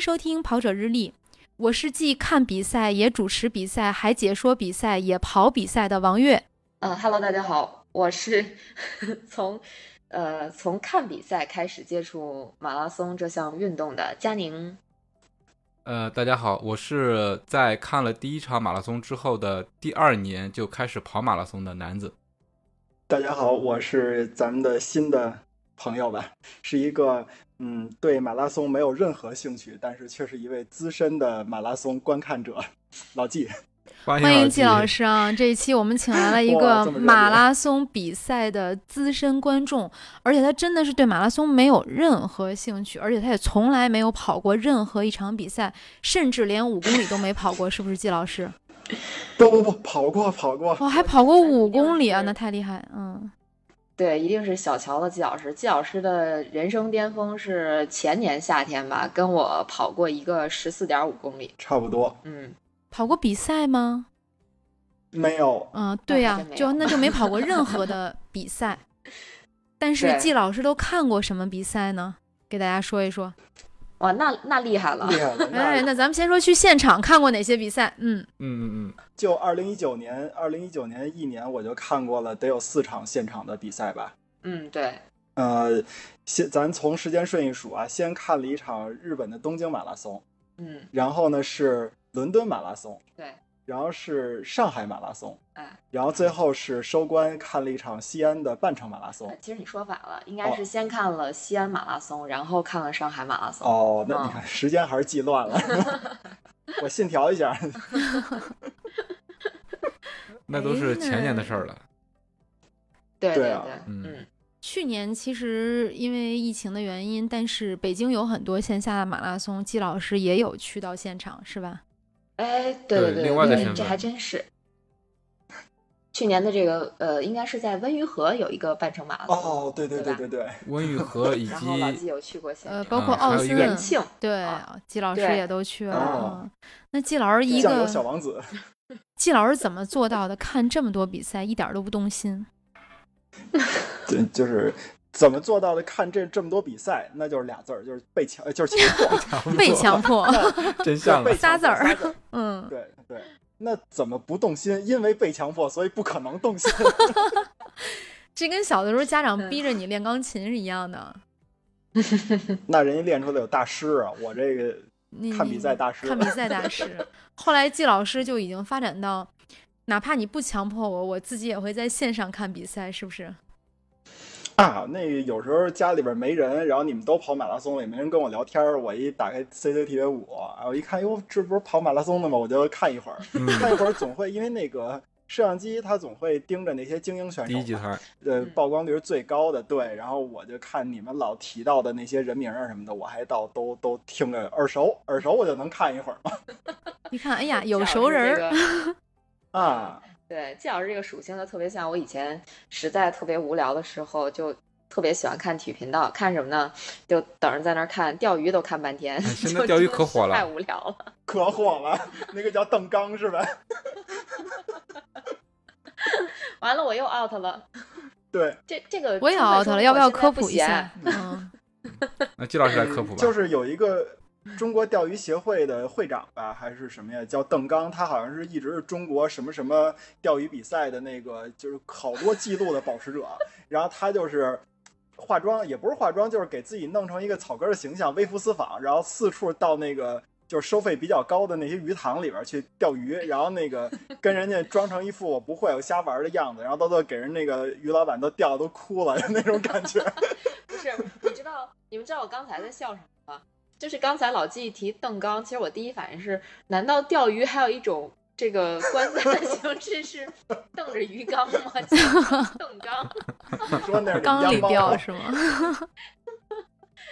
收听《跑者日历》，我是既看比赛也主持比赛，还解说比赛也跑比赛的王悦。嗯哈喽，大家好，我是 从呃从看比赛开始接触马拉松这项运动的佳宁。呃，大家好，我是在看了第一场马拉松之后的第二年就开始跑马拉松的男子。大家好，我是咱们的新的朋友吧，是一个嗯对马拉松没有任何兴趣，但是却是一位资深的马拉松观看者，老纪。欢欢迎季季老。师啊！这一期我们请来了一哎哇个这么热烈马拉松比赛的资深观众，而且他真的是对马拉松没有任何兴趣，而且他也从来没有跑过任何一场比赛，甚至连五公里都没跑过，是不是季老 师？哦不不不，跑过跑过，哇，还跑过五公里啊！是那太厉害，嗯，对，一定是小乔的季老师。季老师的人生巅峰是前年夏天吧，跟我跑过一个十四点五公里。差不多嗯，跑过比赛吗？没有。嗯，对呀、还真没有就那就没 跑过任何的比赛。但是对季老师都看过什么比赛呢？给大家说一说。哇，那那厉害了厉。害了！哎，那那咱们先说去现场看过哪些比赛？嗯，嗯嗯嗯，就二零一九年，二零一九年一年我就看过了，得有四场现场的比赛吧。嗯，对，呃，先咱从时间顺序数啊，先看了一场日本的东京马拉松，嗯，然后呢是伦敦马拉松，对，然后是上海马拉松，哎，然后最后是收官看了一场西安的半程马拉松。其实你说反了，应该是先看了西安马拉松，然后看了上海马拉松。 哦，那你嗯看时间还是记乱 了，我信条一下。那都是前年的事儿了。对对对，啊嗯嗯，去年其实因为疫情的原因，但是北京有很多线下的马拉松，季老师也有去到现场，是吧？哎，对对对，另外的对身这份还真是。去年的这个呃，应该是在温榆河有一个半程马拉松。哦，对对对对对，哎温榆河以然后老季及有去过现呃，场，包括嗯还奥有一斯个延顿，庆，对啊，季老师对也都去了。哦嗯，那季老师一酱油个小王子。季老师怎么做到的？看这么多比赛，一点儿都不动心。对，就是怎么做到的？看这这么多比赛，那就是俩字儿，就是被强，呃就是强 迫，被强 迫， 真相被了仨强迫。字儿仨字儿。嗯，对对，那怎么不动心？因为被强迫，所以不可能动心。 这跟小的时候家长嗯逼着你练钢琴是一样的。那人家练出来有大师啊，我这个你看比赛大师啊看比赛大师。后来季老师就已经发展到，哪怕你不强迫我，我自己也会在线上看比赛，是不是？啊，那个有时候家里边没人，然后你们都跑马拉松了，也没人跟我聊天儿，我一打开 CCTV 五，啊，我一看，哟，这不是跑马拉松的吗？我就看一会儿，嗯，看一会儿总会因为那个摄像机它总会盯着那些精英选第一手集嘛，团，呃嗯，曝光率是最高的，对。然后我就看你们老提到的那些人名啊什么的，我还倒都都听着耳熟，耳熟我就能看一会儿嘛。一看，哎 呀，季有老师熟人这儿。 个啊，对，季老师这个属性就特别像我以前实在特别无聊的时候，就特别喜欢看体育频道，看什么呢？就等着在那儿看钓鱼，都看半天。哎 现在就钓鱼真的可是火了太无聊了。可火了，那个叫邓刚是吧？ 完了，我又 out 了。对，这这个我也充分 out 说了，要我不要现在科普一闲下？ 嗯，那季老师来科普吧。就是有一个中国钓鱼协会的会长吧，还是什么呀？叫邓刚，他好像是一直是中国什么什么钓鱼比赛的那个，就是好多记录的保持者。然后他就是化妆，也不是化妆，就是给自己弄成一个草根儿的形象，微服私访，然后四处到那个。就是收费比较高的那些鱼塘里边去钓鱼，然后那个跟人家装成一副我不会我瞎玩儿的样子，然后到最后给人那个鱼老板都钓得都哭了，就那种感觉。不是，你知道你们知道我刚才在笑什么吗？就是刚才老纪提邓刚，其实我第一反应是，难道钓鱼还有一种这 个观赛的形式是瞪着鱼缸吗？叫 邓刚，你说那是 缸里央猫钓吗是吗？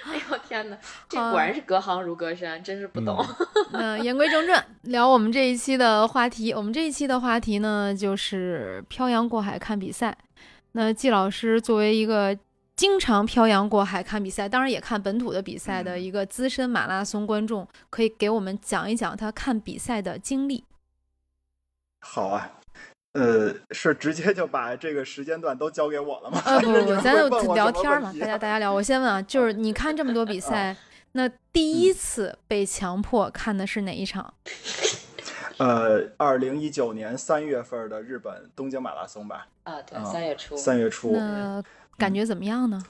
哎呦我天哪，这果然是隔行如隔山，真是不懂。 嗯，言归正传，聊我们这一期的话题。我们这一期的话题呢，就是漂洋过海看比赛。那季老师作为一个经常漂洋过海看比赛，当然也看本土的比赛的嗯一个资深马拉松观众，可以给我们讲一讲他看比赛的经历。好啊，呃，是直接就把这个时间段都交给我了吗？ 呃，不还不是你不，们咱会就问我聊什么天儿问嘛，题 大家大家聊。我先问啊，就是你看这么多比赛，那嗯第一次被强迫看的是哪一场？嗯呃，二零一九年三月份的日本东京马拉松吧，啊，对，啊三月初，三月初。那感觉怎么样呢？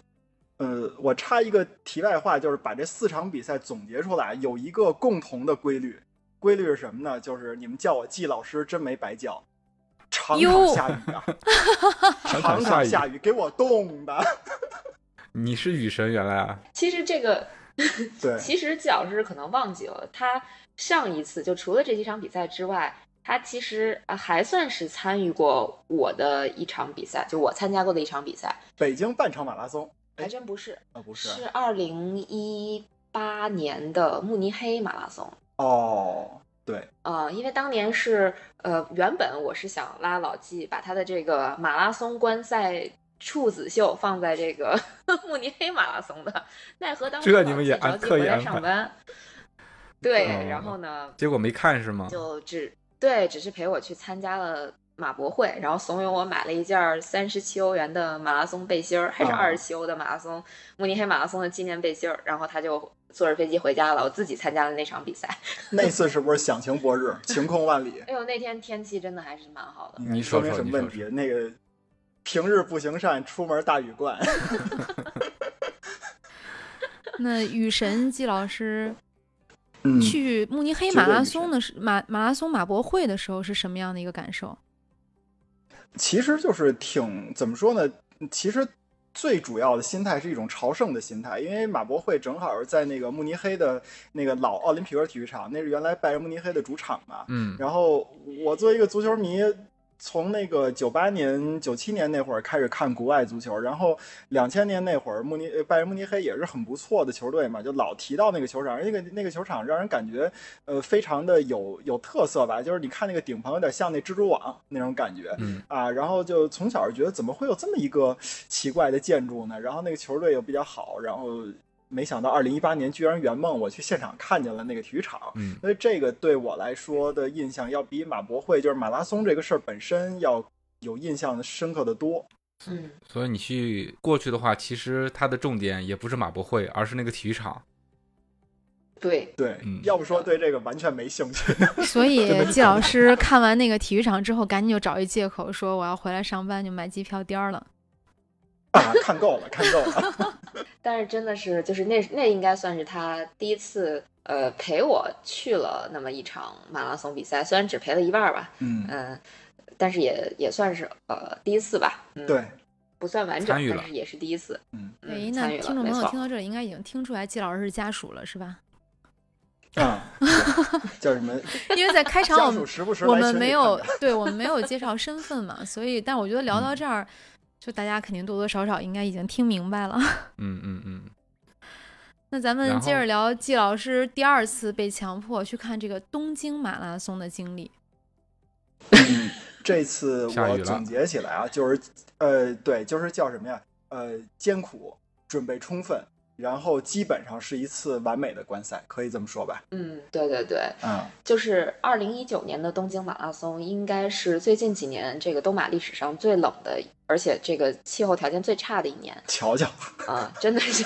呃，我插一个题外话，就是把这四场比赛总结出来，有一个共同的规律，规律是什么呢？就是你们叫我季老师真没白叫，场场哟下雨 啊，场场场雨，下雨，给我冻的。你是雨神原来啊？其实这个对，其实季老师可能忘记了，他上一次就除了这几场比赛之外，他其实呃还算是参与过我的一场比赛，就我参加过的一场比赛，北京半场马拉松还真不是，啊、不是是二零一八年的慕尼黑马拉松。哦，对，呃，因为当年是呃，原本我是想拉老纪把他的这个马拉松观赛处子秀放在这个 慕尼黑马拉松的，奈何当时这老你们纪也着安急刻意回来安上排班，对，嗯然后呢，结果没看是吗？就只对，只是陪我去参加了马博会，然后怂恿我买了一件三十七欧元的马拉松背心儿，还是啊二十七欧的马拉松慕尼黑马拉松的纪念背心儿，然后他就坐着飞机回家了，我自己参加了那场比赛。那次是不是响晴博日，晴空万里？哎呦，那天天气真的还是蛮好的。你啊说说明说什么你说问题？那个平日不行善，出门大雨灌。那雨神季老师嗯去慕尼黑绝对马拉雨松神的时马马拉松马博会的时候是什么样的一个感 受？其实就是挺怎么说呢？其实最主要的心态是一种朝圣的心态，因为马博会正好是在那个慕尼黑的那个老奥林匹克体育场，那是原来拜仁慕尼黑的主场嘛。嗯，然后我作为一个足球迷，从那个九八年、九七年那会儿开始看国外足球，然后两千年那会儿，慕尼呃拜仁慕尼黑也是很不错的球队嘛，就老提到那个球场，而那个那个球场让人感觉呃非常的有有特色吧，就是你看那个顶棚有点像那蜘蛛网那种感觉，嗯啊，然后就从小就觉得怎么会有这么一个奇怪的建筑呢？然后那个球队又比较好，然后。没想到二零一八年居然圆梦，我去现场看见了那个体育场，嗯所以这个对我来说的印象要比马博会就是马拉松这个事儿本身要有印象深刻的多。嗯，所以你去过去的话，其实它的重点也不是马博会，而是那个体育场。对，对，嗯要不说对这个完全没兴趣。所以的是季老师看完那个体育场之后，赶紧就找一借口说我要回来上班，就买机票颠儿嗯了。啊，看够了，看够了。但是真的是就是那那应该算是他第一次呃陪我去了那么一场马拉松比赛，虽然只陪了一半儿吧，嗯，嗯，但是也也算是呃第一次吧，嗯，对，不算完整参与，了但是也是第一次。嗯哎，那参与了，听众没朋友错。听到这里，应该已经听出来季老师是家属了，是 吧？啊，叫什么？因为在开场我家们属时不时我来们群里没看有看嗯对我们没有介绍身份嘛，所以但我觉得聊到这儿，就大家肯定多多少少应该已经听明白了。 嗯嗯嗯，那咱然们接后着聊季老师第二次被强迫去看这个东京马拉松的经历。嗯这次下我雨了总结起来啊，就是呃，对，就是叫什么呀？呃，艰苦，准备充分，然后基本上是一次完美的观赛，可以这么说吧？嗯，对对对，啊，就是二零一九年的东京马拉松，应该是最近几年这个东马历史上最冷的，而且这个气候条件最差的一年瞧瞧，啊、真的是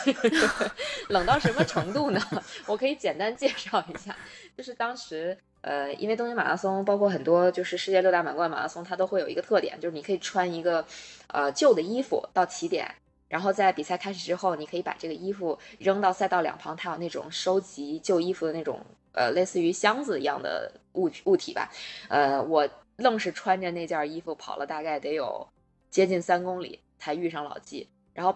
冷到什么程度呢？ 我可以简单介绍一下，就是当时。呃，因为东京马拉松包括很多就是世界六大满贯马拉松，它都会有一个特点，就是你可以穿一个呃旧的衣服到起点，然后在比赛开始之后，你可以把这个衣服扔到赛道两旁，它有那种收集旧衣服的那种呃类似于箱子一样的物物体吧。呃，我愣是穿着那件衣服跑了大概得有接近三公里，才遇上老纪，然后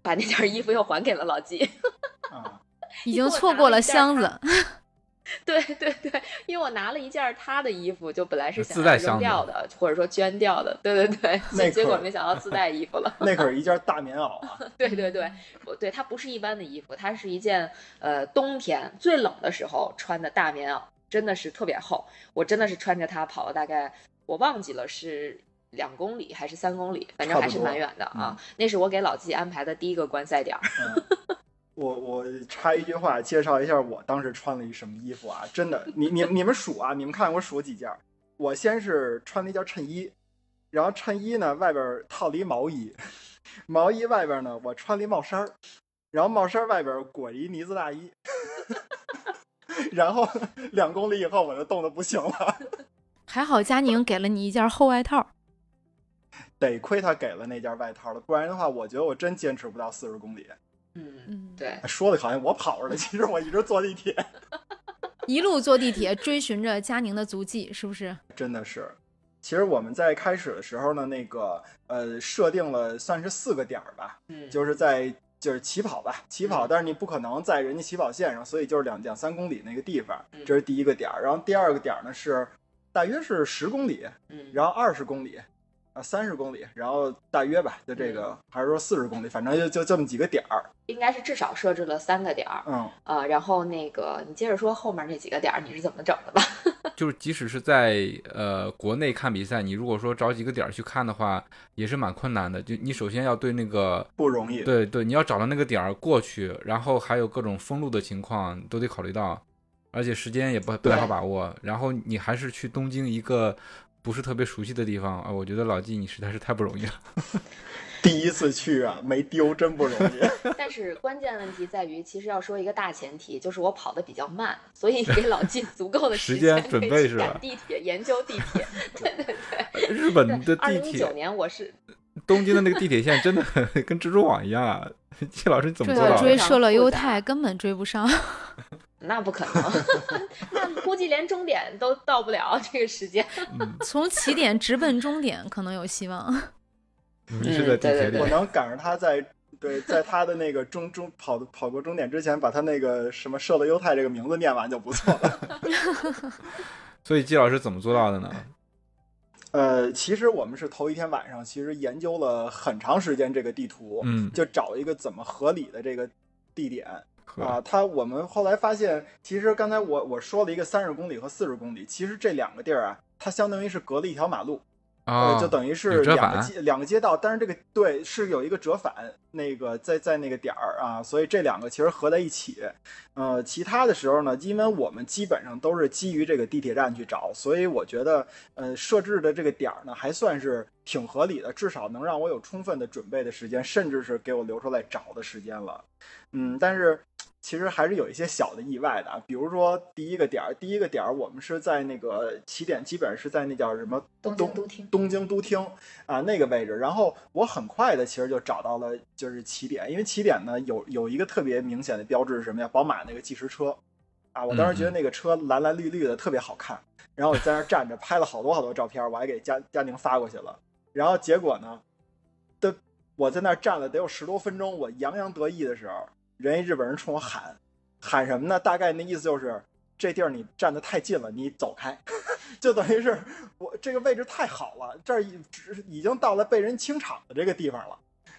把那件衣服又还给了老纪。 啊，已你经给我错拿过了了一件箱儿子，对 对对，因为我拿了一件他的衣服，就本来是想自带要扔箱子掉的，或者说捐掉的。对对对，那结果可没想到自带衣服了。 那可是一件大棉袄啊。对对对，我对它不是一般的衣服，它是一件呃冬天最冷的时候穿的大棉袄，真的是特别厚。我真的是穿着它跑了大概，我忘记了是两公里还是三公里，反正差还不是多蛮远的啊。那是我给老纪安排的第一个观赛点 儿。嗯我我插一句话，介绍一下我当时穿了一什么衣服啊！真的，你你你们数啊，你们看我数几件儿。我先是穿了一件衬衣，然后衬衣呢外边儿套了一毛衣，毛衣外边呢我穿了一帽衫儿，然后帽衫外边裹一呢子大衣， 然后两公里以后我就冻得不行了，还好佳宁给了你一件厚外套。得亏他给了那件外套了，不然的话，我觉得我真坚持不到四十公里。嗯，嗯，， 对，说的好像我跑着了，其实我一直坐地铁， 一路坐地铁追寻着佳宁的足迹，是不是？真的是。其实我们在开始的时候呢，那个呃设定了算是四个点儿吧，嗯，就是在就是起跑吧，起跑，嗯但是你不可能在人家起跑线上，所以就是两两三公里那个地方嗯，这是第一个点儿。然后第二个点儿呢是大约是十公里，嗯，然后二十公里，啊三十公里，然后大约吧，就这嗯个，还是说四十公里，反正就就这么几个点儿。应该是至少设置了三个点儿嗯，啊、然后那个你接着说后面那几个点儿你是怎么整的吧？ 就是即使是在呃国内看比赛，你如果说找几个点儿去看的话，也是蛮困难的。就你首先要对那个，不容易。对对，你要找到那个点儿过去，然后还有各种封路的情况都得考虑到，而且时间也不不太好把握。然后你还是去东京一个不是特别熟悉的地方啊，我觉得老纪你实在是太不容易了。 第一次去啊，没丢，真不容易。但是关键问题在于，其实要说一个大前提，就是我跑得比较慢，所以给老季足够的时间间准可以备去是吧赶地铁，研究地 铁。日本的二地零一九铁，年我是东京的那个地铁线真的很跟蜘蛛网一样啊！ 季老师你怎么这做到要的？啊追射了犹太根本追不上。那不可能， 那估计连终点都到不了这个时间。嗯， 从起点直奔终点可能有希望。你是在地铁嗯对对里对我能赶上他在对，在他的那个终终跑跑过终点之前，把他那个什么“射了犹太”这个名字念完就不错了。 所以季老师怎么做到的呢？呃，其实我们是头一天晚上，其实研究了很长时间这个地图，嗯，就找一个怎么合理的这个地点和啊。它我们后来发现，其实刚才我我说了一个三十公里和四十公里，其实这两个地儿啊，它相当于是隔了一条马路，啊，呃，就等于是有折两个返街两个街道，但是这个对是有一个折返，那个在在那个点儿啊，所以这两个其实合在一起。呃，其他的时候呢，因为我们基本上都是基于这个地铁站去找，所以我觉得呃设置的这个点儿呢还算是挺合理的，至少能让我有充分的准备的时间，甚至是给我留出来找的时间了。嗯，但是其实还是有一些小的意外的啊，比如说第一个点儿，第一个点儿我们是在那个起点，基本是在那叫什么东京都 厅东京都厅啊那个位置，然后我很快的其实就找到了就是起点，因为起点呢有有一个特别明显的标志是什么呀？宝马那个计时车啊，我当时觉得那个车蓝蓝绿绿的特别好看，然后我在那儿站着拍了好多好多照片，我还给佳佳宁发过去了，然后结果呢，的我在那儿站了得有十多分钟，我洋洋得意的时候，人家日本人冲我喊喊什么呢？大概那意思就是这地儿你站得太近了，你走开， 就等于是我这个位置太好了，这儿已只已经到了被人清场的这个地方了。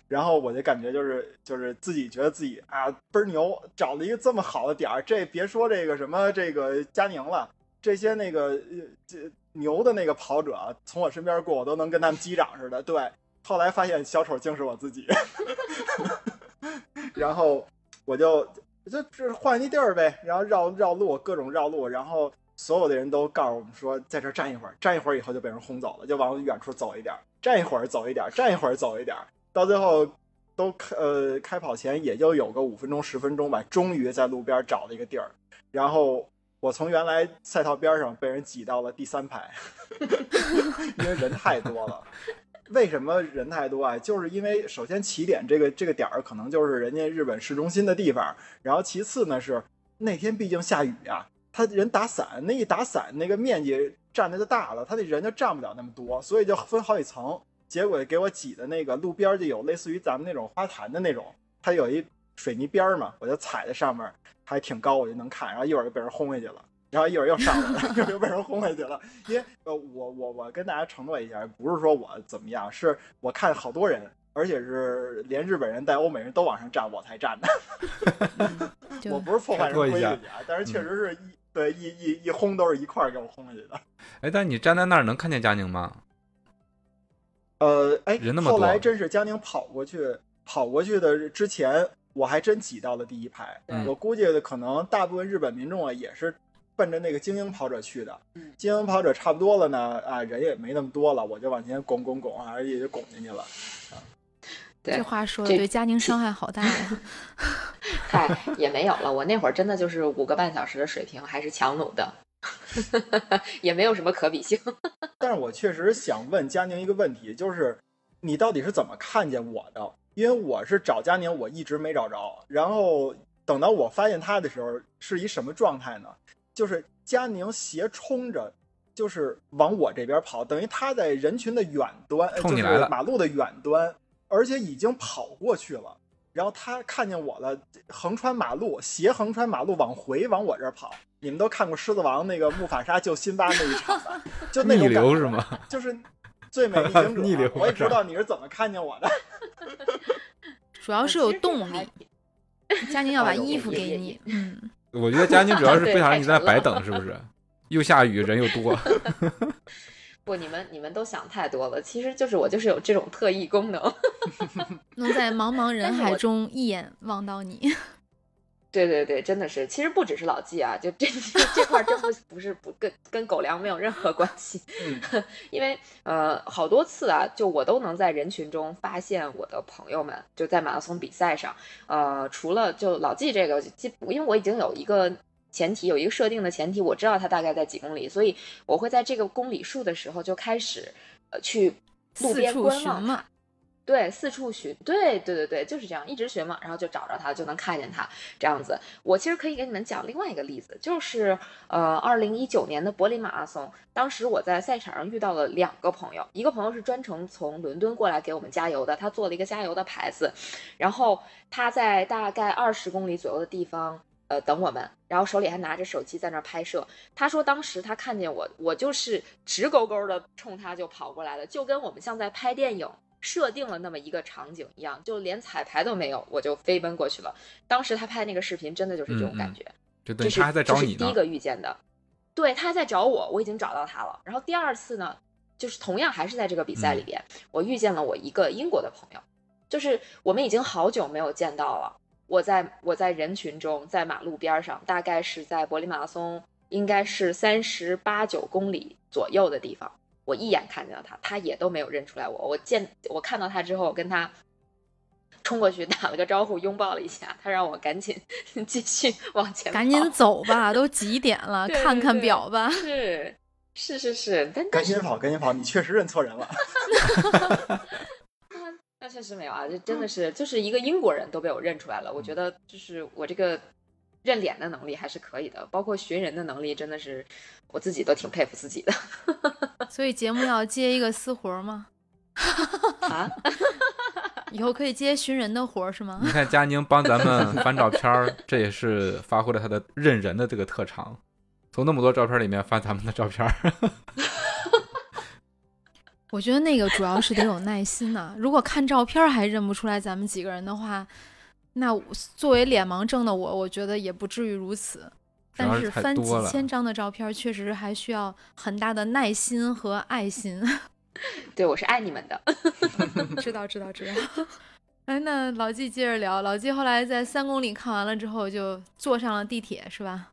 然后我就感觉就是就是自己觉得自己啊倍儿牛，找了一个这么好的点儿，这别说这个什么这个佳宁了，这些那个呃这牛的那个跑者啊从我身边过，我都能跟他们击掌似的。对，后来发现小丑竟是我自己， 然后我就就这换一地儿呗，然后绕绕路，各种绕路，然后所有的人都告诉我们说，在这儿站一会儿，站一会儿以后就被人轰走了，就往远处走一点儿，站一会儿走一点儿，站一会儿走一点儿，到最后都开呃开跑前也就有个五分钟十分钟吧，终于在路边找了一个地儿，然后我从原来赛道边上被人挤到了第三排， 因为人太多了。为什么人太多啊？就是因为首先起点这个这个点儿可能就是人家日本市中心的地方，然后其次呢是那天毕竟下雨啊，他人打伞，那一打伞那个面积占的就大了，他那人就占不了那么多，所以就分好几层。结果给我挤的那个路边儿就有类似于咱们那种花坛的那种，它有一水泥边儿嘛，我就踩在上面，还挺高，我就能看。然后一会儿就被人轰下去了， 然后一会儿又上来了，一会儿又被人轰下去了。因为呃，我我我跟大家承诺一下，不是说我怎么样，是我看好多人，而且是连日本人带欧美人都往上站，我才站的。 对我，不是破坏开人拓规一矩下啊，但是确实是一、对一一一轰都是一块儿给我轰下去的。哎，但你站在那儿能看见佳宁吗？呃，哎，人那么后来多啊真是江宁跑过去，跑过去的之前，我还真挤到了第一排。嗯我估计可能大部分日本民众啊，也是奔着那个精英跑者去的嗯。精英跑者差不多了呢，啊，人也没那么多了，我就往前拱拱拱，啊，也就拱进去了。对 这话说的这对家庭伤害好大 呀。嗨，哎也没有了。我那会儿真的就是五个半小时的水平，还是强弩的， 也没有什么可比性。但是我确实想问佳宁一个问题，就是你到底是怎么看见我的？因为我是找佳宁，我一直没找着。然后等到我发现他的时候，是一什么状态呢？就是佳宁斜冲着，就是往我这边跑，等于他在人群的远端，呃冲就你是来了马路的远端，而且已经跑过去了。然后他看见我了，横穿马路，斜横穿马路往回往我这儿跑。你们都看过《狮子王》那个木法沙救辛巴那一场 吧？就那种逆感流觉是吗？就是最美逆行者， 逆流我也不是知吧道你是怎么看见我的。主要是有动还力，佳宁要啊把有衣动服力给哎也你，嗯，我觉得佳宁主要是 对不想太让你在沉白了等，是不是？又下雨，人又 多，不，你们你们都想太多了。其实就是我就是有这种特异功能。 能在茫茫人但是海我中一眼望到你。对对对，真的是。其实不只是老纪啊，就这这这块儿真不不是不跟跟狗粮没有任何关系。嗯， 因为呃，好多次啊，就我都能在人群中发现我的朋友们，就在马拉松比赛上，呃，除了就老纪这个，基因为我已经有一个前提，有一个设定的前提，我知道他大概在几公里，所以我会在这个公里数的时候就开始呃去路四边处观寻望嘛，对，四处寻，对对对对，就是这样，一直寻嘛，然后就找着它，就能看见它这样子。我其实可以给你们讲另外一个例子，就是呃，二零一九年的柏林马拉松，当时我在赛场上遇到了两个朋友，一个朋友是专程从伦敦过来给我们加油的，他做了一个加油的牌子，然后他在大概二十公里左右的地方。呃，等我们，然后手里还拿着手机在那儿拍摄。他说当时他看见我，我就是直勾勾的冲他就跑过来了，就跟我们像在拍电影设定了那么一个场景一样，就连彩排都没有，我就飞奔过去了。当时他拍那个视频，真的就是这种嗯嗯感觉。就等这于是他还在这找是你第呢一。个遇见的，对，他还在找我，我已经找到他了。然后第二次呢，就是同样还是在这个比嗯赛里边，我遇见了我一个英国的朋友，就是我们已经好久没有见到了。我在我在人群中，在马路边儿上，大概是在柏林马拉松，应该是三十八九公里左右的地方，我一眼看见了他，他也都没有认出来我。我见我看到他之后，我跟他冲过去打了个招呼，拥抱了一下，他让我赶紧 继续往前跑，赶紧走吧，都几点了，对对看看对表吧。 是是是是，但赶但紧是跑，赶紧跑！你确实认错人了。那确实没有啊，这真的是就是一个英国人都被我认出来了，我觉得就是我这个认脸的能力还是可以的，包括寻人的能力，真的是我自己都挺佩服自己的所以节目要接一个私活儿吗？啊。以后可以接寻人的活儿是吗你？看佳宁帮咱们翻照片儿，这也是发挥了他的认人的这个特长。从那么多照片里面翻咱们的照片儿，我觉得那个主要是得有耐心呐、如果看照片儿还认不出来咱们几个人的话，那我作为脸盲症的我，我觉得也不至于如此。主要但是是太翻多几了千张的照片儿，确实还需要很大的耐心和爱 心。对，我是爱你们的。知道，知道，知道。 哎，那老纪接着聊。老纪后来在三公里看完了之后，就坐上了地铁，是吧？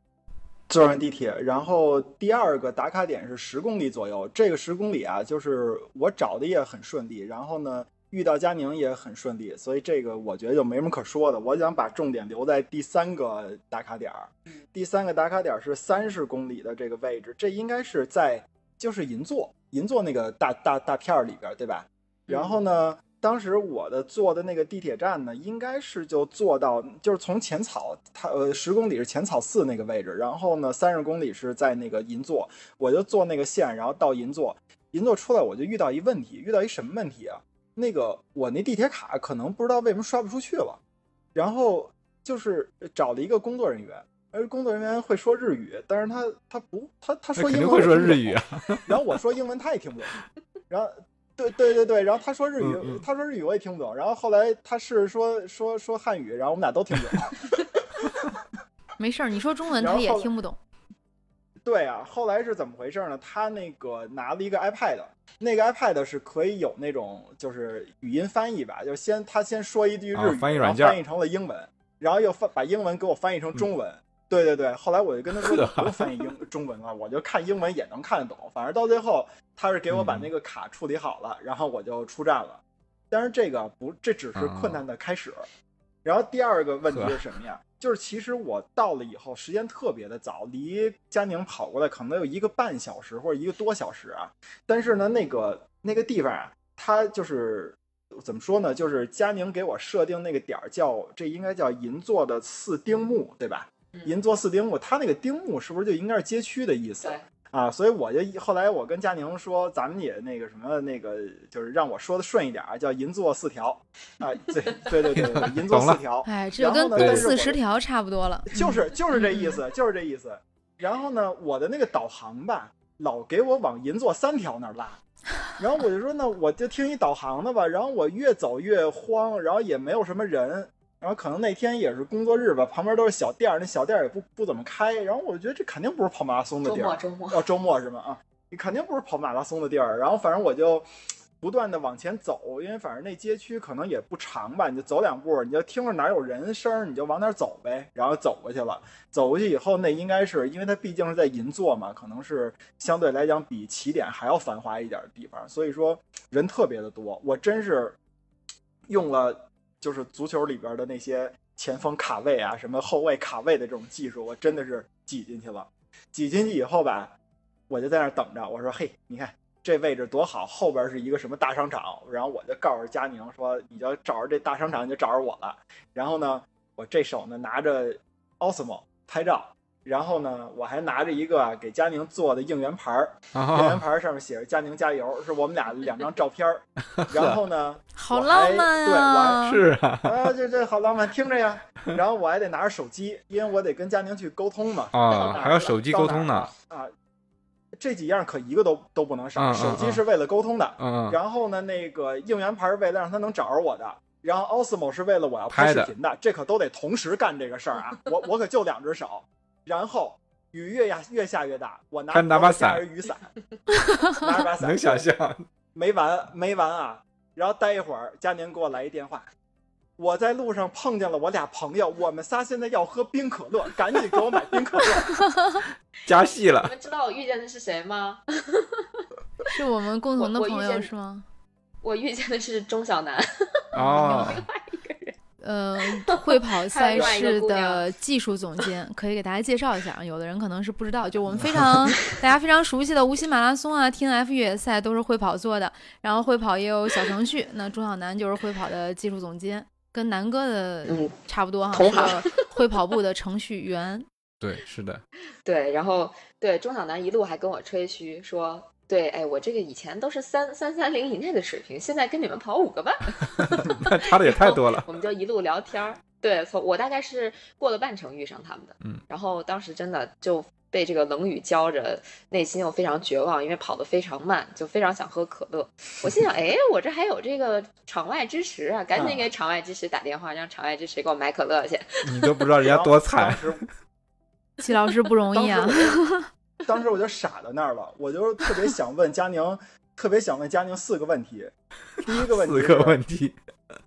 坐上地铁，然后第二个打卡点是十公里左右。这个十公里啊，就是我找的也很顺利，然后呢遇到佳宁也很顺利，所以这个我觉得就没什么可说的。我想把重点留在第三个打卡点儿，第三个打卡点儿是三十公里的这个位置，这应该是在就是银座银座那个大大大片儿里边儿，对吧？然后呢，当时我的坐的那个地铁站呢，应该是就坐到就是从浅草，它呃十公里是浅草寺那个位置，然后呢三十公里是在那个银座，我就坐那个线，然后到银座，银座出来我就遇到一问题，遇到一什么问题啊？那个我那地铁卡可能不知道为什么刷不出去了，然后就是找了一个工作人员。而工作人员会说日语，但是他他不他他那说肯定英文会我说听不日懂语啊。然后我说英文他也听不懂，然后对对对对，然后他说日语，嗯嗯他说日语我也听不懂，然后后来他是说说说汉语，然后我们俩都听不懂。没事儿，你说中文他然后也后来听不懂。对啊，后来是怎么回事呢？他那个拿了一个 iPad，那个 iPad 是可以有那种就是语音翻译吧，就先他先说一句日语，啊翻译然软后件翻译成了英文，然后又翻把英文给我翻译成中文。嗯对对对，后来我就跟他 说你不用翻译英中文了，啊我就看英文也能看得懂。反正到最后他是给我把嗯那个卡处理好了，然后我就出站了。但是这个啊不，这只是困难的开始。然后第二个问题是什么呀？就是其实我到了以后，时间特别的早，离佳宁跑过来可能有一个半小时或者一个多小时啊。但是呢，那个那个地方啊，它就是怎么说呢？就是佳宁给我设定那个点儿叫这应该叫银座的四丁目，对吧？银座四丁目，它那个丁目是不是就应该是街区的意思？对啊，所以我就一后来我跟佳宁说，咱们也那个什么那个，就是让我说的顺一点啊，叫银座四条啊，对对对对，对银座懂了四 条，哎，这就然跟后呢跟但是四我十条差不多了。嗯就是就是这意思，就是这意思。然后呢，我的那个导航吧，老给我往银座三条那儿拉，然后我就说那我就听一导航的吧。然后我越走越慌，然后也没有什么人。然后可能那天也是工作日吧，旁边都是小店儿，那小店儿也不不怎么开。然后我觉得这肯定不是跑马拉松的周地末儿，周末，哦，周末是吗？啊，你肯定不是跑马拉松的地儿。然后反正我就不断的往前走，因为反正那街区可能也不长吧，你就走两步，你就听着哪有人声儿，你就往哪儿走呗。然后走过去了，走过去以后，那应该是因为它毕竟是在银座嘛，可能是相对来讲比起点还要繁华一点的地方，所以说人特别的多。我真是用了就是足球里边的那些前锋卡位啊，什么后卫卡位的这种技术，我真的是挤进去了。挤进去以后吧，我就在那儿等着。我说：“嘿，你看这位置多好，后边是一个什么大商场。”然后我就告诉佳宁说：“你就找着这大商场，你就找着我了。”然后呢，我这手呢拿着 Osmo 拍照，然后呢我还拿着一个啊给佳宁做的应援牌儿，应援啊，牌儿上面写着“佳宁加油”，是我们俩两张照片儿。然后呢，好我浪还漫对我啊！是啊，啊，这这好浪漫，听着呀。然后我还得拿着手机，因为我得跟佳宁去沟通嘛。到哪啊，儿还要了手机沟通呢，。到哪儿了啊，这几样可一个都都不能少。嗯嗯手机是为了沟通的，嗯，嗯然后呢，那个应援牌是为了让他能找着我的，然后 Osmo 是为了我要拍拍视的频的，这可都得同时干这个事儿啊。我我可就两只手，然后雨越下越下越大，我拿还拿把我拿伞着雨伞，拿着把伞，能想象，没完没完啊！然后待一会儿，佳宁给我来一电话，我在路上碰见了我俩朋友，我们仨现在要喝冰可乐，赶紧给我买冰 可乐。加戏你 了，们知道我遇见的是谁吗？是我们共同的我我遇朋友见是吗？我遇见的是钟小南，哦，呃，会跑还赛有另外一个事姑娘的技术总监，可以给大家介绍一下啊。有的人可能是不知道，就我 们非常大家非常熟悉的无锡马拉松啊、T N F 越野赛都是会跑做的，然后会跑也有小程序。那钟晓楠就是会跑的技术总监，跟南哥的嗯，差不多哈，同是行个会跑步的程序员。对，是 的，对，然后对钟晓南一路还跟我吹嘘说，对，哎，我这个以前都是三三三零以内的水平，现在跟你们跑五个半，那差的也太多了，我们就一路聊天儿。对，从我大概是过了半程遇上他们的，嗯，然后当时真的就被这个冷雨浇着，内心又非常绝望，因为跑得非常慢，就非常想喝可乐。我心想，哎，我这还有这个场外支持啊，赶嗯紧给场外支持打电话，让场外支持给我买可乐去。你都不知道人家哎多当惨，时季老师不容当易 啊，时我就 当时我就傻在那儿了，我就特别想问佳宁，特别想问佳宁四个问题。第一个 问题四是，个问题，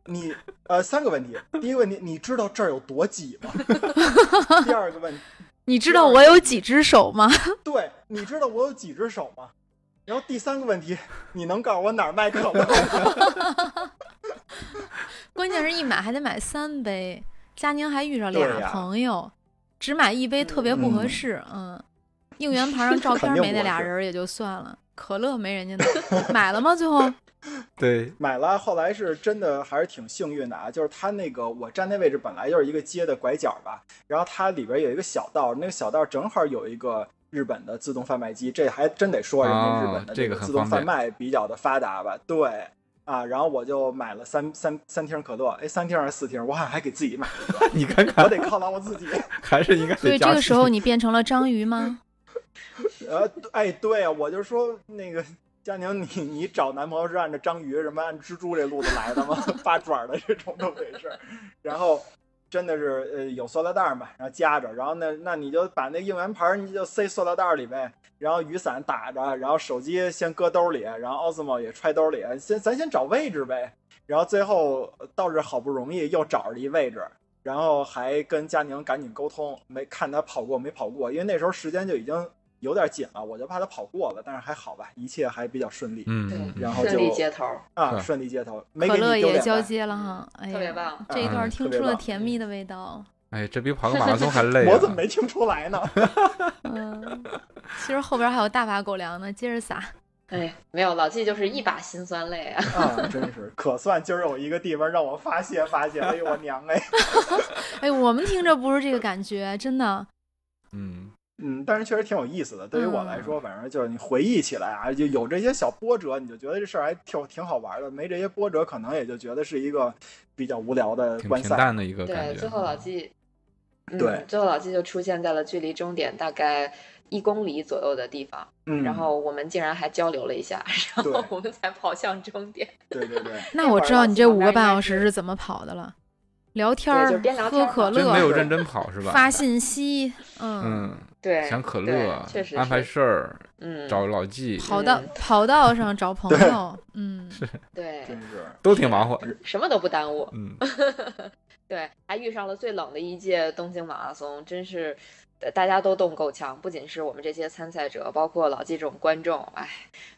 你呃三个问题。第一个问题，你知道这儿有多挤吗？ 第二个问题，你知道我有几只手吗？对，你知道我有几只手吗？然后第三个问题，你能告诉我哪儿卖可乐吗？关键是一买还得买三杯，佳宁还遇着俩啊对呀朋友，只买一杯特别不合适。嗯，应援牌上照片肯定没那不合俩适人儿也就算了，可乐没人家 呢，买了吗？最后对，买了，后来是真的还是挺幸运的啊，就是它那个我站那位置本来就是一个街的拐角吧，然后它里边有一个小道，那个小道正好有一个日本的自动贩卖机，这还真得说人家哦日本的这个个很自动方便贩卖比较的发达吧，对。啊，然后我就买了三三三听可乐，哎，三听还是四听？我好像还给自己买，你看我看，得犒劳我自己。 还是应该所得以这加个戏时，候你变成了章鱼吗？呃，哎，对啊，我就说那个佳宁，你你找男朋友是按照章鱼什么按蜘蛛这路子来的吗？ 八爪的这种都没事儿。然后真的是呃有塑料袋儿嘛，然后夹着，然后呢，那你就把那应援牌儿你就塞塑料袋儿里呗，然后雨伞打着，然后手机先搁兜里，然后 Osmo 也揣兜里，先咱先找位置呗。然后最后呃倒是好不容易又找着一位置，然后还跟佳宁赶紧沟通，没看他跑过没跑过，因为那时候时间就已经有点紧了，我就怕他跑过了，但是还好吧，一切还比较顺利。嗯，对嗯嗯然后顺利就接头儿，啊，是顺利接头，没可给你乐丢也脸交吧接了哈，哎呀，特别棒这一段嗯听特别出了棒甜蜜的味 道。哎，这比跑个马拉松还累、啊。我怎么没听出来呢？嗯，其实后边还有大把狗粮呢，接着撒。哎，没有老纪就是一把辛酸泪 啊，啊，真是，可算今儿有一个地方让我发泄发泄。哎呦我娘哎！ 哎，我们听着不是这个感觉，真的。嗯，嗯，但是确实挺有意思的。对于我嗯来说，反正就是你回忆起来啊，就有这些小波折，你就觉得这事儿还挺挺好玩的；没这些波折，可能也就觉得是一个比较无聊的挺观平赛。淡的一个感对，觉。最后老纪，嗯、对最后老纪就出现在了距离终点大概一公里左右的地方，嗯，然后我们竟然还交流了一下，然 后对我们才跑向终点，对对对，那那我会儿知道老你纪这旁五边个应半该小时是是怎么跑的了。聊天儿对就是边聊，天喝儿可嘛乐，真没有认真跑是吧？发信息，嗯，嗯， 对，想可对乐确实，安排是事儿，嗯，找老纪，跑道跑道上找朋友，嗯，对，真是都挺忙活。什么都不耽误，嗯，对，还遇上了最冷的一届东京马拉松，真是呃大家都冻够呛，不仅是我们这些参赛者，包括老纪这种观众，哎，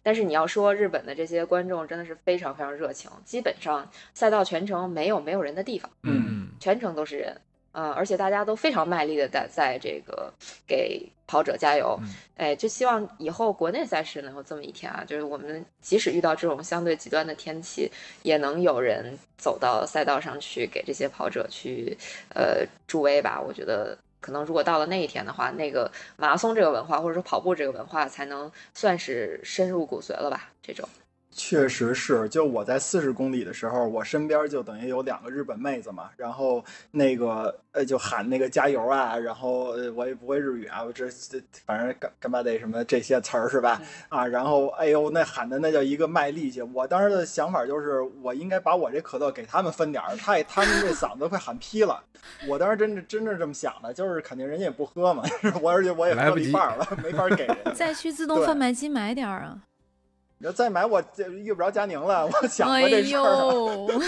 但是你要说日本的这些观众真的是非常非常热情，基本上赛道全程没有没有人的地方，嗯全程都是人。嗯，而且大家都非常卖力的在在这个给跑者加油嗯，哎，就希望以后国内赛事能有这么一天啊，就是我们即使遇到这种相对极端的天气，也能有人走到赛道上去给这些跑者去呃助威吧。我觉得可能如果到了那一天的话，那个马拉松这个文化或者说跑步这个文化才能算是深入骨髓了吧，这种。确实是，就我在四十公里的时候，我身边就等于有两个日本妹子嘛，然后那个呃就喊那个加油啊，然后呃我也不会日语啊，我这这反正干干嘛得什么这些词儿是吧？啊，然后哎呦那喊的那叫一个卖力气，我当时的想法就是我应该把我这可乐给他们分点儿，太他们这嗓子快喊劈了，我当时真是真是这么想的，就是肯定人家也不喝嘛， 我而且我也喝来不了一及半儿了，没法 给人家。再去自动对贩卖机买点儿啊。你要再买我这遇不着佳宁了，我想哎过这事儿啊了。呦，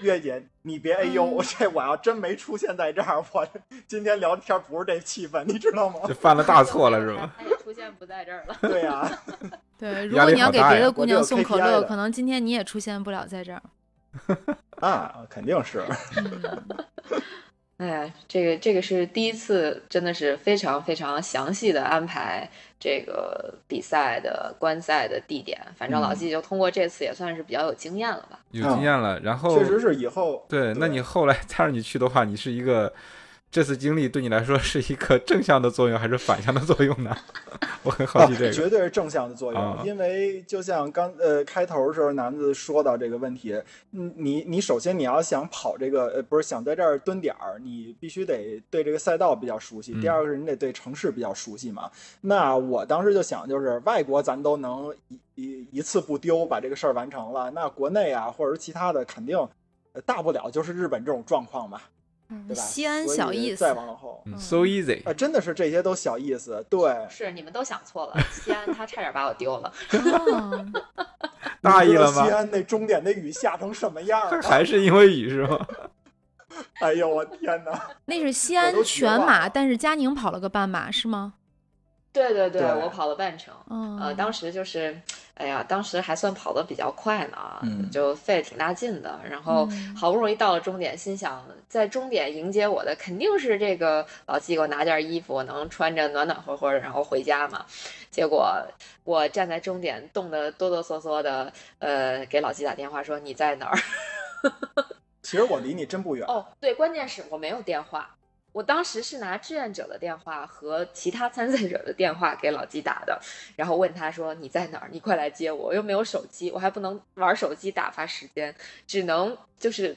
月姐，你别哎呦，我这我要真没出现在这儿， 我今天聊天不是这气氛，你知道吗 嗯，就？犯了大错了是 吧？？ 他也出现不在这儿了。对啊呀、对， 如压果力你要好给大别呀的姑我这娘有送可 KPI 乐，的可能今天你也出现不了在 这儿。啊，肯定是，嗯，哎呀，这个这个是第一次，真的是非常非常详细的安排这个比赛的观赛的地点。反正老嗯纪就通过这次也算是比较有经验了吧。有经验了，然后确实是以后对，那你后来加上你去的话，你是一个这次经历对你来说是一个正向的作用还是反向的作用呢？ 我很好奇这啊个。绝对是正向的作用，啊因为就像刚呃开头的时候，男子说到这个问题，嗯你你首先你要想跑这个呃不是想在这儿蹲点儿，你必须得对这个赛道比较熟悉，嗯第二个是你得对城市比较熟悉嘛。那我当时就想，就是外国咱都能一一一次不丢把这个事儿完成了，那国内啊或者是其他的肯定。呃大不了就是日本这种状况嘛，对吧？西安所以小意思再，往后，嗯 so easy，啊，真的是这些都小意思。对，是你们都想错 了，西安他差点把我丢了。 哦，大意了你知道西吗？安那终点的雨下成什么样儿了？ 还是因为雨是吗？哎呦我天哪！那是西我安都绝全望马，了但是佳宁跑了个半马是吗？ 对对对，对我跑了半程。嗯，啊呃，当时就是，哎呀，当时还算跑得比较快呢，嗯就费了挺大劲的。然后嗯好不容易到了终点，心想在终点迎接我的肯定是这个老季给我拿件衣服，我能穿着暖暖和和的，然后回家嘛。结果我站在终点，冻得哆哆嗦嗦的，呃，给老季打电话说你在哪儿？其实我离你真不远。哦，对，关键是我没有电话，我当时是拿志愿者的电话和其他参赛者的电话给老纪打的，然后问他说你在哪儿？你快来接我，我又没有手机，我还不能玩手机打发时间，只能就是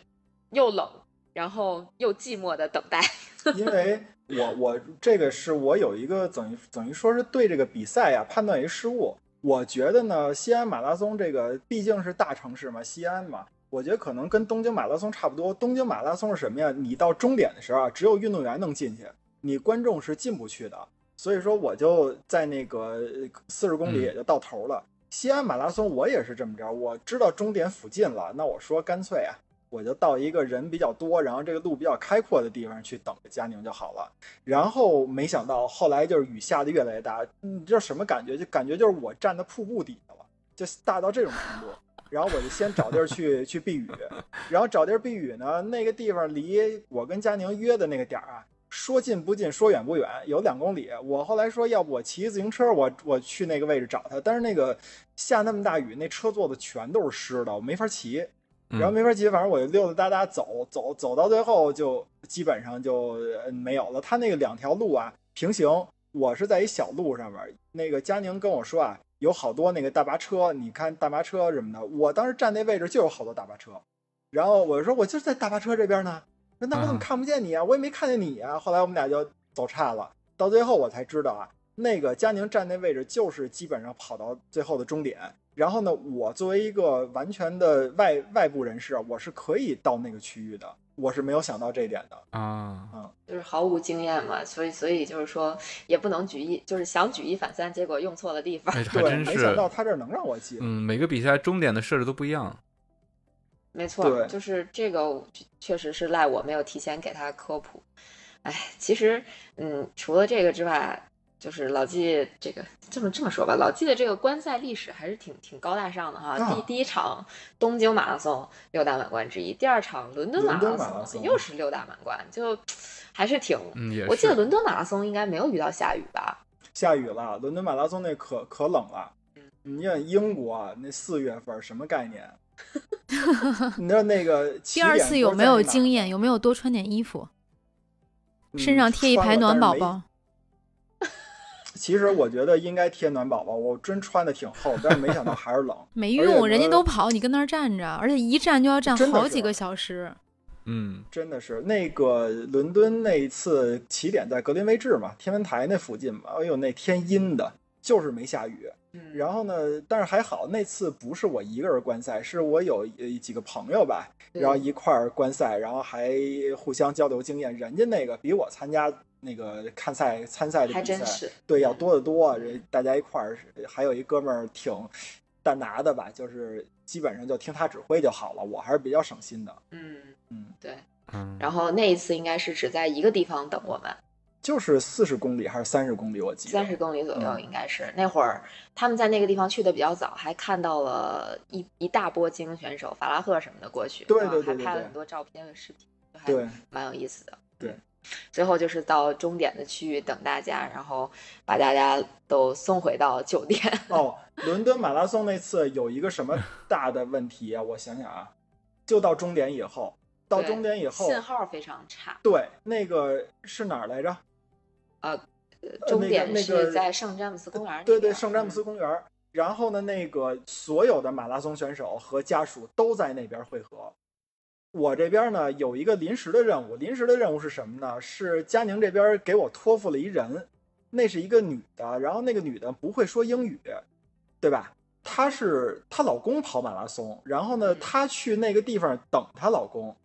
又冷，然后又寂寞的等待。 因为我我这个是我有一个等于等于说是对这个比赛呀、判断一失误。我觉得呢，西安马拉松这个毕竟是大城市嘛，西安嘛，我觉得可能跟东京马拉松差不多。东京马拉松是什么呀？你到终点的时候啊，只有运动员能进去，你观众是进不去的。所以说，我就在那个四十公里嗯也就到头了。西安马拉松我也是这么着，我知道终点附近了，那我说干脆啊，我就到一个人比较多，然后这个路比较开阔的地方去等着佳宁就好了。然后没想到后来就是雨下的越来越大，你知道什么感觉？就感觉就是我站在瀑布底下了，就大到这种程度。然后我就先找地儿去去避雨，然后找地儿避雨呢，那个地方离我跟佳宁约的那个点儿啊，说近不近，说远不远，有两公里。我后来说，要不我骑自行车，我我去那个位置找他，但是那个下那么大雨，那车座子全都是湿的，我没法骑。嗯然后没法骑，反正我就溜溜达达走走走到最后就基本上就呃没有了。他那个两条路啊平行，我是在一小路上面。那个佳宁跟我说啊，有好多那个大巴车，你看大巴车什么的。我当时站那位置就有好多大巴车，然后我说我就是在大巴车这边呢，那那我怎嗯么看不见你啊？我也没看见你啊。后来我们俩就走岔了，到最后我才知道啊，那个佳宁站那位置就是基本上跑到最后的终点。然后呢，我作为一个完全的外外部人士啊，我是可以到那个区域的，我是没有想到这一点的。啊，就是毫无经验嘛，所以所以就是说也不能举一，就是想举一反三，结果用错了地方。哎，还对，真没想是，到他这儿能让我进。嗯，每个比赛终点的设置都不一样，没错，对就是这个确实是赖我没有提前给他科普。哎，其实嗯，除了这个之外，就是老纪这个这么这么说吧，老纪的这个观赛历史还是挺挺高大上的哈。啊第第一场东京马拉松六大满贯之一，第二场伦敦马伦敦拉马松拉松又是六大满贯，就还是挺。嗯，也是。我记得伦敦马拉松应该没有遇到下雨吧？下雨了，伦敦马拉松那可可冷了。你看英国啊那四月份什么概念？你知道那个第二次有没有经验？验？有没有多穿点衣服？嗯身上贴一排暖宝。穿了但是宝，没其实我觉得应该贴暖宝宝，我真穿的挺厚，但是没想到还是冷。没而且用，呢人家都跑，你跟那儿站着，而且一站就要站真的好是几个小时。嗯，真的是那个伦敦那一次起点在格林威治嘛，天文台那附近嘛，哎呦那天阴的，就是没下雨。嗯，然后呢，但是还好那次不是我一个人观赛，是我有呃几个朋友吧，对然后一块儿观赛，然后还互相交流经验。人家那个比我参加那个看赛参赛的还比真赛，是，对要多得多。啊人大家一块儿，还有一哥们儿挺蛋拿的吧，就是基本上就听他指挥就好了。我还是比较省心的，嗯，嗯，对。嗯然后那一次应该是只在一个地方等我们，就是四十公里还是三十公里，我记得三十公里左右嗯应该是。那会儿他们在那个地方去的比较早，还看到了一一大波精英选手法拉赫什么的过去，对然后对对对还拍了对很多照片和视频，就还对蛮有意思的。对嗯，最后就是到终点的区域等大家，然后把大家都送回到酒店。哦，伦敦马拉松那次有一个什么大的问题啊？我想想啊，就到终点以后，到对终点以后，信号非常差。对，那个是哪儿来着？呃呃终那个点那是个在圣詹姆斯公园那边。对对，圣詹姆斯嗯。公园儿。然后呢，那个所有的马拉松选手和家属都在那边汇合。我这边呢有一个临时的任务，临时的任务是什么呢？是佳宁这边给我托付了一人，那是一个女的，然后那个女的不会说英语，对吧？她是她老公跑马拉松，然后呢，嗯她去那个地方等她老公，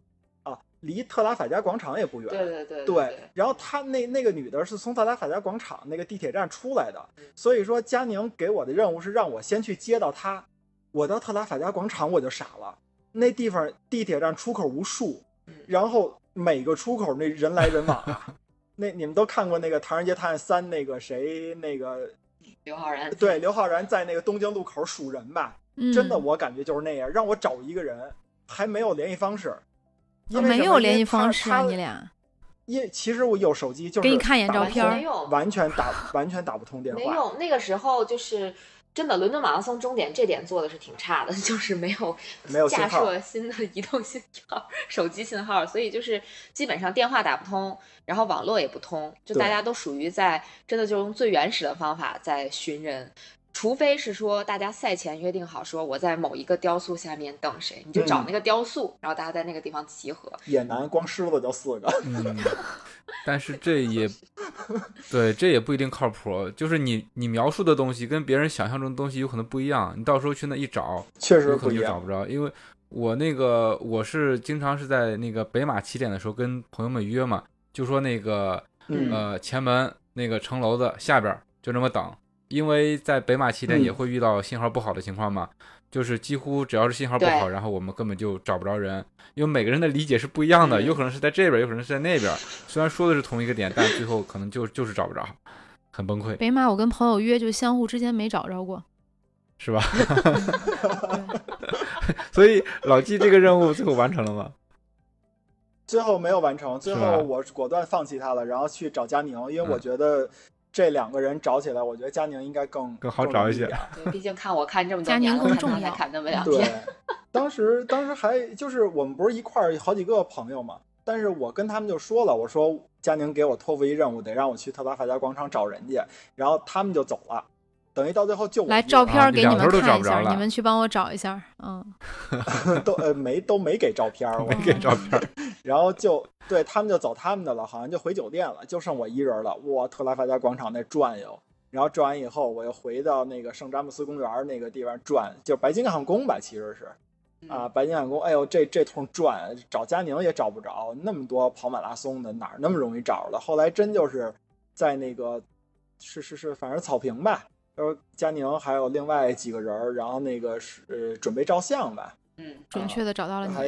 啊，离特拉法加广场也不远。对对对对对，然后她那那个女的是从特拉法加广场那个地铁站出来的，所以说佳宁给我的任务是让我先去接到她。我到特拉法加广场我就傻了，那地方地铁站出口无数嗯，然后每个出口那人来人往啊。那你们都看过那个《唐人街探案三》那个谁那个刘昊然。对刘昊然在那个东京路口数人吧？嗯，真的，我感觉就是那样，让我找一个人还没有联系方式，因我哦为没什么有联系因为他方式啊，他你俩因其实我有手机，就是给你看一眼打照不片通儿没用完全打完全打不通电没话。有，那个时候就是真的，伦敦马拉松终点这点做的是挺差的， 就是没有没有信架号设新的移动信号、手机信号，所以就是基本上电话打不通，然后网络也不通，就对大家都属于在真的就用最原始的方法在寻人。除非是说大家赛前约定好，说我在某一个雕塑下面等谁，你就找嗯那个雕塑，然后大家在那个地方集合。也难，光狮子就四个。 嗯，但是这也对，这也不一定靠谱。就是你你描述的东西跟别人想象中的东西有可能不一样，你到时候去那一找，确实有可不能一就找样。不着。因为我那个我是经常是在那个北马起点的时候跟朋友们约嘛，就说那个嗯呃前门那个城楼子下边儿就那么等，因为在北马起点也嗯会遇到信号不好的情况嘛，就是几乎只要是信号不对好，然后我们根本就找不着人，因为每个人的理解是不一样的，嗯有可能是在这边，有可能是在那边，虽然说的是同一个点，但最后可能就就是找不着，很崩溃，北马我跟朋友约，就相互之间没找着过。是吧？对所以老纪这个任务最后完成了吗？最后没有完成，最吧后我是果断放弃他了，然后去找佳宁，因为我嗯觉得这两个人找起来，我觉得佳宁应该更更好找一些更容易点对，毕竟看我看这么多家年宁了，更看重他才要看那么两对 天。，当时当时还就是我们不是一块儿好几个朋友嘛，但是我跟他们就说了，我说佳宁给我托付一任务，得让我去特拉法加广场找人家，然后他们就走了，等于到最后就我来一个照片啊儿给你两头们都找看一不下着，了你们去帮我找一下。嗯，人都呃没都没给照片儿，我没给照片儿，然后就对他们就走他们的了，好像就回酒店了，就剩我一人了。哇，特拉法加广场那转悠，然后转完以后，我又回到那个圣詹姆斯公园那个地方转，就白金汉宫吧，其实是啊，嗯，白金汉宫。哎呦，这这通转找佳宁也找不着，那么多跑马拉松的哪儿那么容易找着了？后来真就是在那个是是是，反正草坪吧。就是佳宁还有另外几个人儿，然后那个是、呃、准备照相吧，嗯，准确的找到了你。还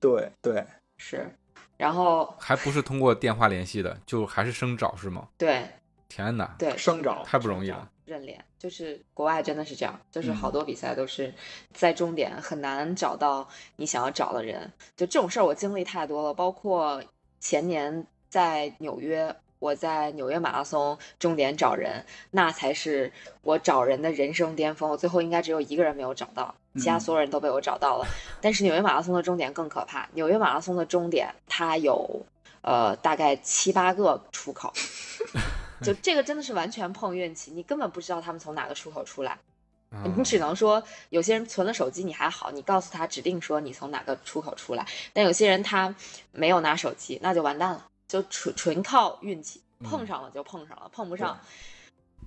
对对，是。然后还不是通过电话联系的，就还是生找是吗？对天哪，对，生找太不容易了。认脸就是国外真的是这样，就是嗯好多比赛都是在终点很难找到你想要找的人，就这种事儿我经历太多了。包括前年在纽约，我在纽约马拉松终点找人，那才是我找人的人生巅峰。我最后应该只有一个人没有找到，其他嗯所有人都被我找到了。但是纽约马拉松的终点更可怕，纽约马拉松的终点它有呃大概七八个出口。 就这个真的是完全碰运气，你根本不知道他们从哪个出口出来，嗯你只能说有些人存了手机你还好，你告诉他指定说你从哪个出口出来，但有些人他没有拿手机，那就完蛋了，就纯纯靠运气，嗯碰上了就碰上了，碰不上，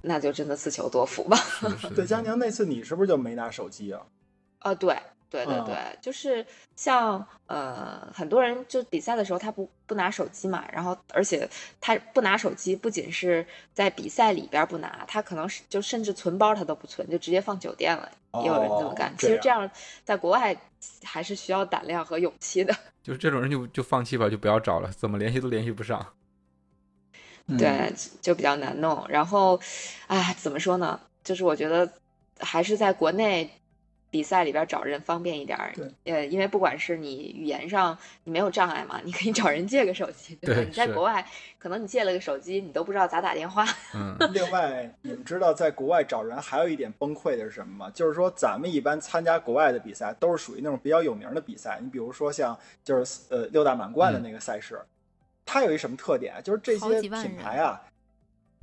那就真的自求多福吧。 是的是的 对，佳是的宁那次你是不是就没拿手机啊？啊，对对对嗯对，就是像呃，很多人就比赛的时候他不不拿手机嘛，然后而且他不拿手机，不仅是在比赛里边儿不拿，他可能是就甚至存包他都不存，就直接放酒店了，也有人这么干。哦其实这这样在国外还是需要胆量和勇气的。就是这种人就就放弃吧，就不要找了，怎么联系都联系不上。嗯，对，就比较难弄。然后，哎，怎么说呢？就是我觉得还是在国内比赛里边儿找人方便一点儿。呃，因为不管是你语言上你没有障碍嘛，你可以找人借个手机，对吧？对你在是国外可能你借了个手机，你都不知道咋打电话。 嗯，另外，你们知道在国外找人还有一点崩溃的是什么吗？就是说，咱们一般参加国外的比赛都是属于那种比较有名的比赛，你比如说像就是呃六大满贯的那个赛事，它有一什么特点？啊就是这好些几万品人牌啊，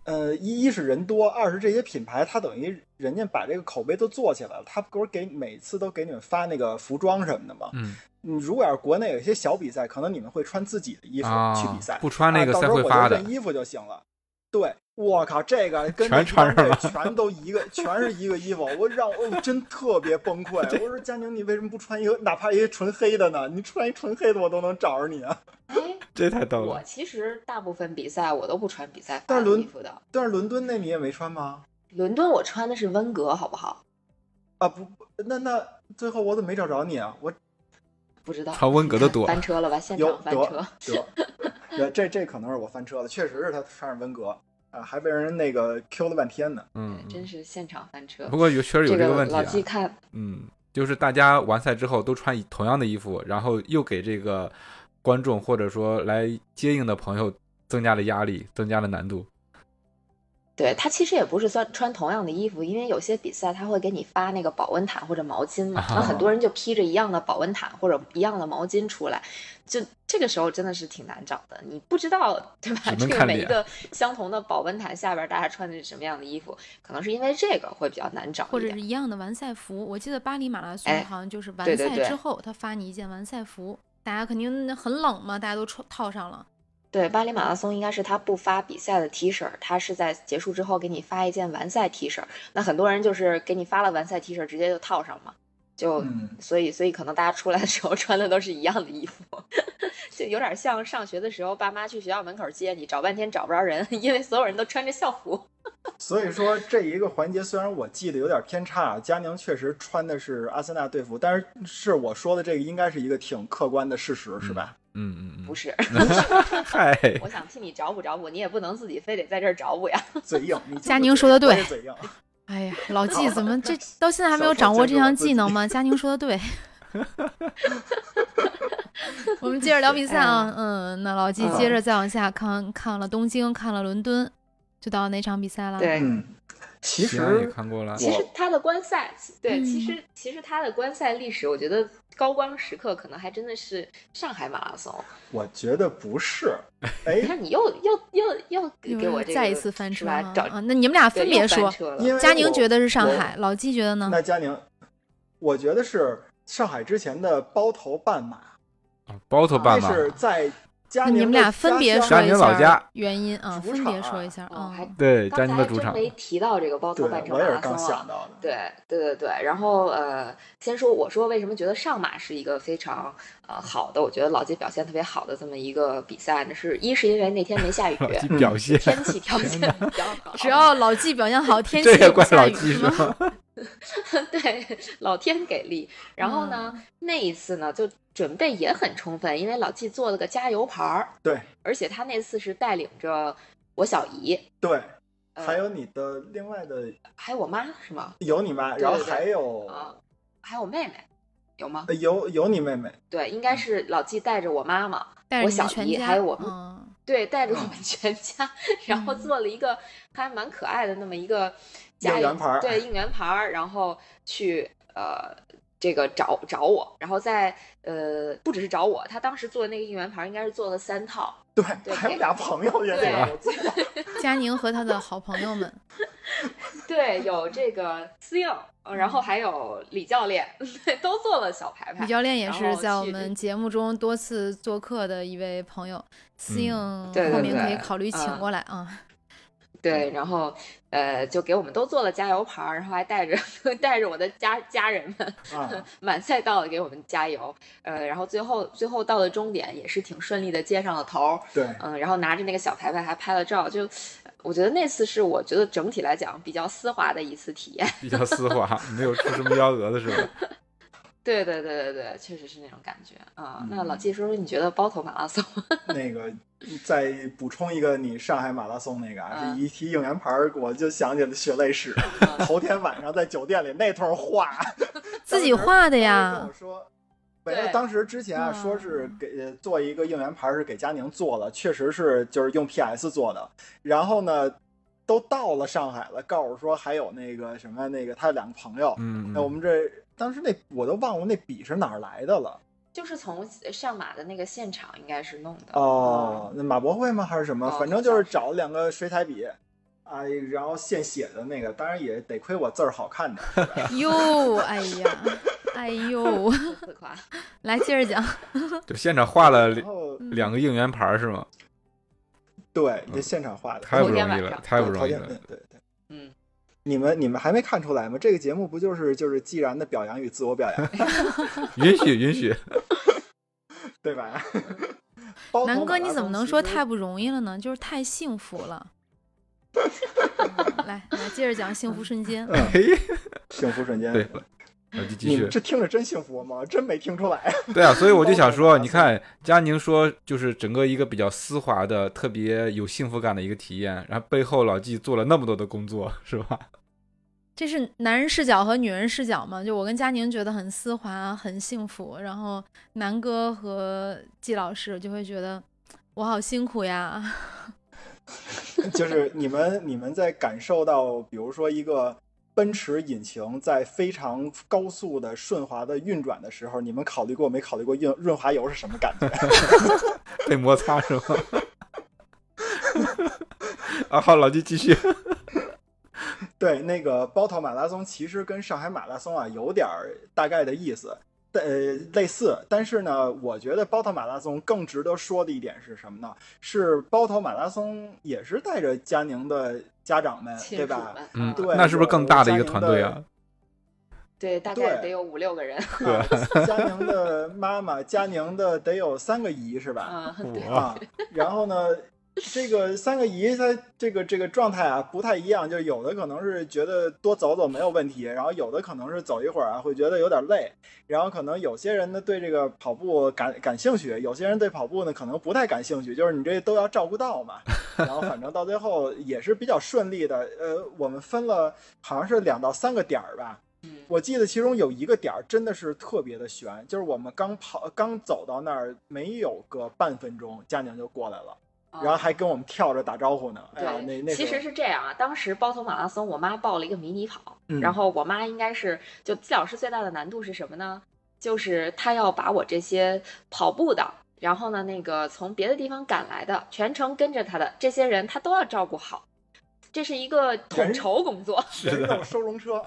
呃，一一是人多，二是这些品牌它等于人家把这个口碑都做起来了，它不是给每次都给你们发那个服装什么的吗？ 嗯你如果要是国内有一些小比赛，可能你们会穿自己的衣服啊去比赛，不穿那个啊到时候赛会发的我就这衣服就行了。对，我靠，这个跟全穿上了这帮队全都一个，全是一个衣服，我让我真特别崩 溃。我说佳宁，你为什么不穿一个，哪怕一个纯黑的呢？你穿一纯黑的，我都能找着你啊。哎，这太逗我了。其实大部分比赛我都不穿比赛服但是伦衣服的。但是伦敦那你也没穿吗？伦敦我穿的是温格，好不好？啊不，不那那最后我怎么没找着你啊？我不知道。穿温格的多翻车了吧？现有场翻车得。得，对这这可能是我翻车了，确实是他穿上温格啊，还被人那个 Q 了半天呢。嗯，真是现场翻车不。过有确实有这这个问题老啊。季看嗯，就是大家完赛之后都穿一同样的衣服，然后又给这个观众或者说来接应的朋友增加了压力，增加了难度。对，它其实也不是算穿同样的衣服，因为有些比赛它会给你发那个保温毯或者毛巾啊嘛，然后很多人就披着一样的保温毯或者一样的毛巾出来，就这个时候真的是挺难找的，你不知道对吧只？能这个看每一脸个相同的保温毯下边大家穿的是什么样的衣服，可能是因为这个会比较难找或一者是点。一样的完赛服，我记得巴黎马拉松哎好像就是对完对赛对之后，他发你一件完赛服，大家肯定很冷嘛，大家都穿套上了。对，巴黎马拉松应该是他不发比赛的 T 恤，他是在结束之后给你发一件完赛 T 恤，那很多人就是给你发了完赛 T 恤直接就套上嘛，就嗯， 所以所以可能大家出来的时候穿的都是一样的衣服，就有点像上学的时候，爸妈去学校门口接你，找半天找不着人， 因为所有人都穿着校服。所以说这一个环节虽然我记得有点偏差，啊佳宁确实穿的是阿森纳队服，但是是我说的这个应该是一个挺客观的事实，是吧？嗯嗯不是，嗯， 嗨，我想替你找补找补，你也不能自己非得在这儿找补呀。嗯嘴硬，你就是佳宁说得嘴硬对就是嘴硬。哎呀，老纪怎么 这到现在还没有掌握这项技能吗？佳宁说的对。 我们接着聊比赛 啊，嗯，那老纪接着再往下看，看了东京，看了伦敦，就到哪场比赛了？，对嗯，其西安也实看过了，其实我他的观赛，对，嗯其实其实他的观赛历史，我觉得高光时刻可能还真的是上海马拉松。我觉得不是，你哎， 看，你又又又又给给我这个再一次翻车是吧？啊找啊！那你们俩对分别又翻说，车了因为佳宁我觉得是上我海，老纪觉得呢？那佳宁，我觉得是上海之前的包头半马，啊包头半但马，是在佳那宁你的们俩分家别乡说一宁老下家原因啊，主分别场说一下哦啊还。对刚才佳宁的主真 场，，没提到这个包头对半，程我马也是拉刚松想啊。到的。对对对对，然后呃，先说我说为什么觉得上马是一个非常呃好的，我觉得老季表现特别好的这么一个比赛呢，是一是因为那天没下 雨老纪嗯表现，天气条件比较 好，只要老纪表 现好，天气这也不怪下老雨是纪是吗？吧？对，老天给力。然后呢，嗯那一次呢，就准备也很充分，因为老季做了个加油牌儿。对，而且他那次是带领着我小姨，对，嗯呃、还有你的另外的还有我妈是吗？有你妈，对然后对对还有啊，还有我妹妹，有吗？呃有有你妹妹，对，应该是老季带着我妈妈，带着我你们小全姨家，还有我们嗯对，带着我们全家，然后做了一个还蛮可爱的那么一个家应里援牌儿对应援牌儿，然后去呃这个找找我，然后在呃不只是找我，他当时做的那个应援牌儿应该是做了三套，对，对还有给俩朋友也对在我记得。佳宁和他的好朋友们，对，有这个司令，呃然后还有李教练， 对，都做了小牌牌李。教练也然是后在我去们节目中多次做客的一位朋友，司嗯应对对后面可以对考虑请嗯过来啊。对，嗯然后呃，就给我们都做了加油牌儿，然后还带着 带着我的家家人们 啊，满赛道的给我们加油。呃，然后最后最后到了终点也是挺顺利的接上了头儿， 对，嗯、然后拿着那个小牌牌还拍了照，就我觉得那次是我觉得整体来讲比较丝滑的一次体验。 比较丝滑，没有出什么幺蛾子是吧？对对对对对，确实是那种感觉啊、那老嗯季说说你觉得包头马拉松？那个再补充一个，你上海马拉松那个啊，嗯这一提应援牌儿，我就想起了血泪史。 嗯头天晚上在酒店里那 通画，自己画的当时跟呀我，说。本来对嗯当时之前啊，说是给呃做一个应援牌是给佳宁做的，确实是就是用 PS 做的。然后呢，都到了上海了，告诉说还有那个什么那个他两个朋友，嗯，那我们这当时那我都忘了那笔是哪儿来的了。就是从上马的那个现场应该是弄的哦，那马博会吗？还是什么？哦反正就是找了两个水彩笔，啊，然后现写的那个，当然也得亏我字儿好看点儿。是吧哟，哎呀，哎呦，嗯自夸。来接着讲，就现场画了然两后嗯两个应援牌是吗？嗯对，这现场画的，太不昨天容易晚了上，太不容易对了对。对对，嗯，你们你们还没看出来吗？这个节目不就是就是既然的表扬与自我表 扬，允许允许，对吧？ 包头南哥马拉你怎么松能其说实太不容易了呢？就是太幸福 了。嗯来，来接着讲幸福瞬间。嗯嘿，幸福瞬间？对，老纪继你续们。这听着真幸福吗？真没听出来。对啊，所以我就想包说，头你看佳宁说，就是整个一个比较丝滑的、特别有幸福感的一个体验，然后背后老纪做了那么多的工作，是吧？ 这是男人视角和女人视角嘛？就我跟佳宁觉得很丝滑、很幸福，然后南哥和季老师就会觉得我好辛苦呀。就是你们你们在感受到，比如说一个奔驰引擎在非常高速的顺滑的运转的时候，你们考虑过没考虑过润润滑油是什么感觉？ 被摩擦是吗？ 啊，好，老纪继续。对，那个包头马拉松其实跟上海马拉松啊有点儿大概的意思，但呃类似，但是呢，我觉得包头马拉松更值得说的一点是什么呢？是包头马拉松也是带着佳宁的家长们，亲呃对属吧？们，嗯嗯对那是不是更大的一个团队有佳宁啊？对，大概对得有五六个人， 啊佳宁的妈妈，佳宁的得有三个姨是吧？嗯，我啊，然后呢，这个三个姨她这个这个状态啊不太一样，就有的可能是觉得多走走没有问题，然后有的可能是走一会儿啊会觉得有点累，然后可能有些人呢对这个跑步感 感兴趣，有些人对跑步呢可能不太感兴趣，就是你这都要照顾到嘛。然后反正到最后也是比较顺利的，呃，我们分了好像是两到三个点儿吧，嗯我记得其中有一个点儿真的是特别的悬，就是我们刚跑刚走到那儿没有个半分钟，佳宁就过来了，啊然后还跟我们跳着打招呼呢。哎呀，那嗯对，那其时候实是这样啊。当时包头马拉松，我妈报了一个迷你跑，嗯然后我妈应该是就季老师最大的难度是什么呢？就是她要把我这些跑步的，然后呢那个从别的地方赶来的，全程跟着她的这些人，她都要照顾好。这是一个统筹工作，人肉收容车，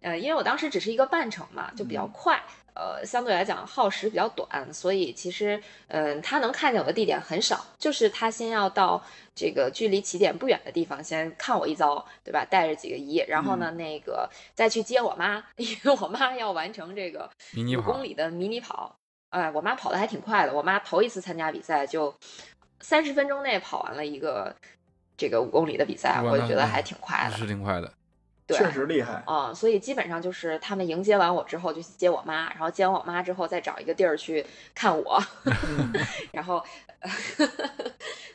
呃，因为我当时只是一个半程嘛，就比嗯较快，呃，相对来讲耗时比较短，所以其实，嗯、他能看见我的地点很少，就是他先要到这个距离起点不远的地方先看我一遭，对吧？带着几个姨，然后呢，嗯那个再去接我妈， 因为我妈要完成这个迷你五跑公，里的迷你跑，哎，我妈跑的还挺快的，我妈头一次参加比赛就三十分钟内跑完了一个这个五公里的比赛，哇我那觉得那还挺快的，啊是挺快的。对。确实厉害。啊嗯，所以基本上就是他们迎接完我之后就去接我妈，然后接完我妈之后再找一个地儿去看我，嗯， 然后呃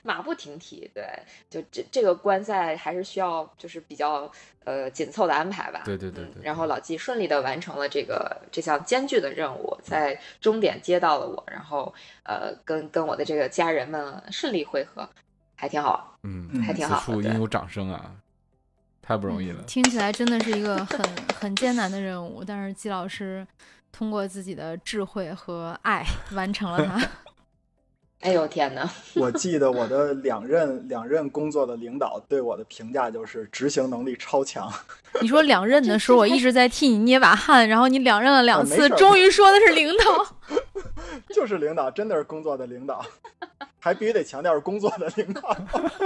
马不停蹄。对，就这这个观赛还是需要就是比较呃紧凑的安排吧。对对对嗯对然后老纪顺利的完成了这个这项艰巨的任务，在终点接到了我，然后呃跟跟我的这个家人们顺利会合，还挺好玩。嗯，还挺此好的处对应有掌声啊！太不容易了嗯，听起来真的是一个很很艰难的任务，但是季老师通过自己的智慧和爱完成了它。 哎呦天哪！我记得我的两任两任工作的领导对我的评价就是执行能力超强。你说两任的时候，我一直在替你捏把汗，然后你两任了两啊次，没事儿终于说的是领导。就是领导，真的是工作的 领导，还必须得强调是工作的领导。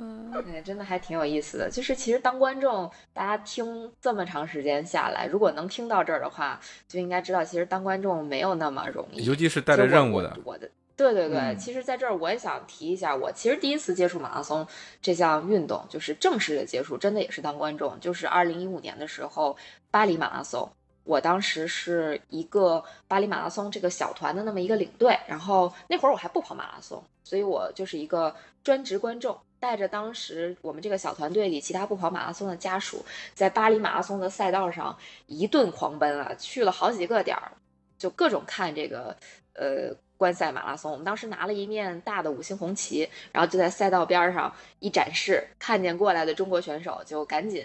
嗯，对，哎真的还挺有意思的。就是其实当观众，大家听这么长时间下来，如果能听到这儿的话，就应该知道，其实当观众没有那么容易。尤其是带着就我任务的，我，我的对对对。嗯其实在这儿我也想提一下，我其实第一次接触马拉松这项运动，就是正式的接触，真的也是当观众，就是二零一五年的时候巴黎马拉松。我当时是一个巴黎马拉松这个小团的那么一个领队，然后那会儿我还不跑马拉松，所以我就是一个专职观众，带着当时我们这个小团队里其他不跑马拉松的家属，在巴黎马拉松的赛道上一顿狂奔啊，去了好几个点儿，就各种看这个呃观赛马拉松。我们当时拿了一面大的五星红旗，然后就在赛道边儿上一展示，看见过来的中国选手就赶紧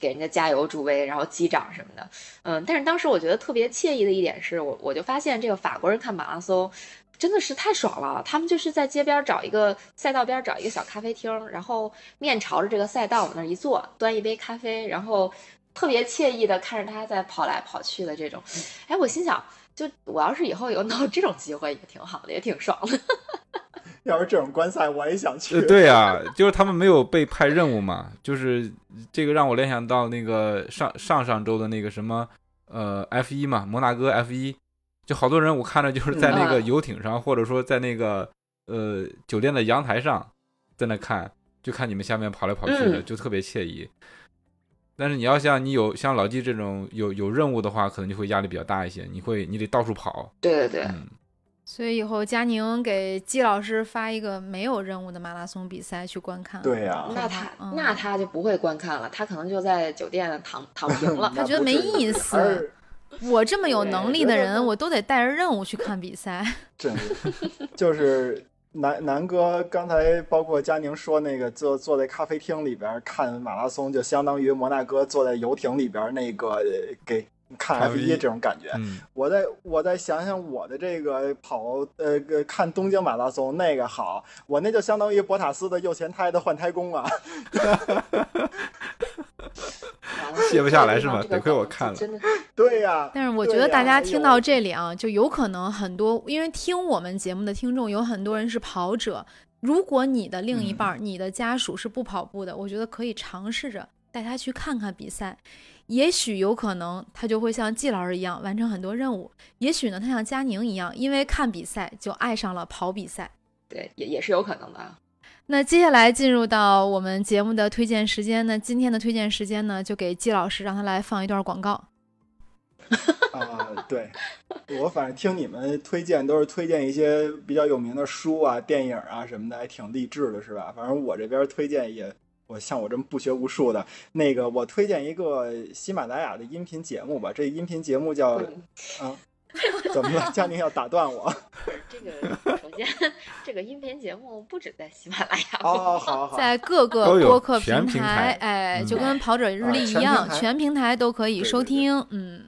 给人家加油助威，然后击掌什么的。嗯，但是当时我觉得特别惬意的一点是我我就发现这个法国人看马拉松。真的是太爽了！他们就是在街边儿找一个赛道边儿找一个小咖啡厅，然后面朝着这个赛道往那儿一坐，端一杯咖啡，然后特别惬意的看着他在跑来跑去的这种。哎，我心想，就我要是以后有能有这种机会也挺好的，也挺爽的。要是这种观赛，我也想去 呃，。对呀、就是他们没有被派任务嘛，就是这个让我联想到那个上上上周的那个什么呃 F 一嘛，摩纳哥 F 一，就好多人我看着就是在那个嗯游艇上，或者说在那个呃酒店的阳台上，在那看，就看你们下面跑来跑去的，嗯就特别惬意。但是你要像你有像老纪这种有有任务的话，可能就会压力比较大一些，你会你得到处跑，对对对，嗯，所以以后佳宁给季老师发一个没有任务的马拉松比赛去观看。对呀、那他、嗯那他就不会观看了，他可能就在酒店躺躺嗯平 了。嗯他觉得没意思还是我这么有能力的对我觉得人，我都得带着任务去看比赛。真的就是南南哥刚才包括佳宁说那个坐坐在咖啡厅里边看马拉松，就相当于摩纳哥坐在游艇里边那个呃给看看 F 一 F1 这种感觉。嗯我再我再想想我的这个跑呃个看东京马拉松那个好，我那就相当于博塔斯的右前胎的换胎工啊。 完了卸不下来这个地方是吧这个得亏我梗看了真的，对呀、但是我觉对得大呀家哎听呦到这里啊，就有可能很多，因为听我们节目的听众有很多人是跑者，如果你的另一嗯半儿、你的家属是不跑步的，我觉得可以尝试着带他去看看比赛，也许有可能他就会像季老师一样完成很多任务，也许呢，他像佳宁一样，因为看比赛就爱上了跑比赛。对，也也是有可能的啊。那接下来进入到我们节目的推荐时间呢，今天的推荐时间呢，就给季老师让他来放一段广告。啊，对，我反正听你们推荐都是推荐一些比较有名的书啊、电影啊什么的，还挺励志的，是吧？反正我这边推荐也，我像我这么不学无术的，那个我推荐一个喜马拉雅的音频节目吧，这音频节目叫呃嗯啊，怎么了？佳宁要打断我？不是 这个，首先这个音频节目不止在喜马拉雅哦，播，好好好，在各个都有播客全平台台，哎，嗯就跟《跑者日啊历》一全平样，台全平台都可以对对收对听。嗯，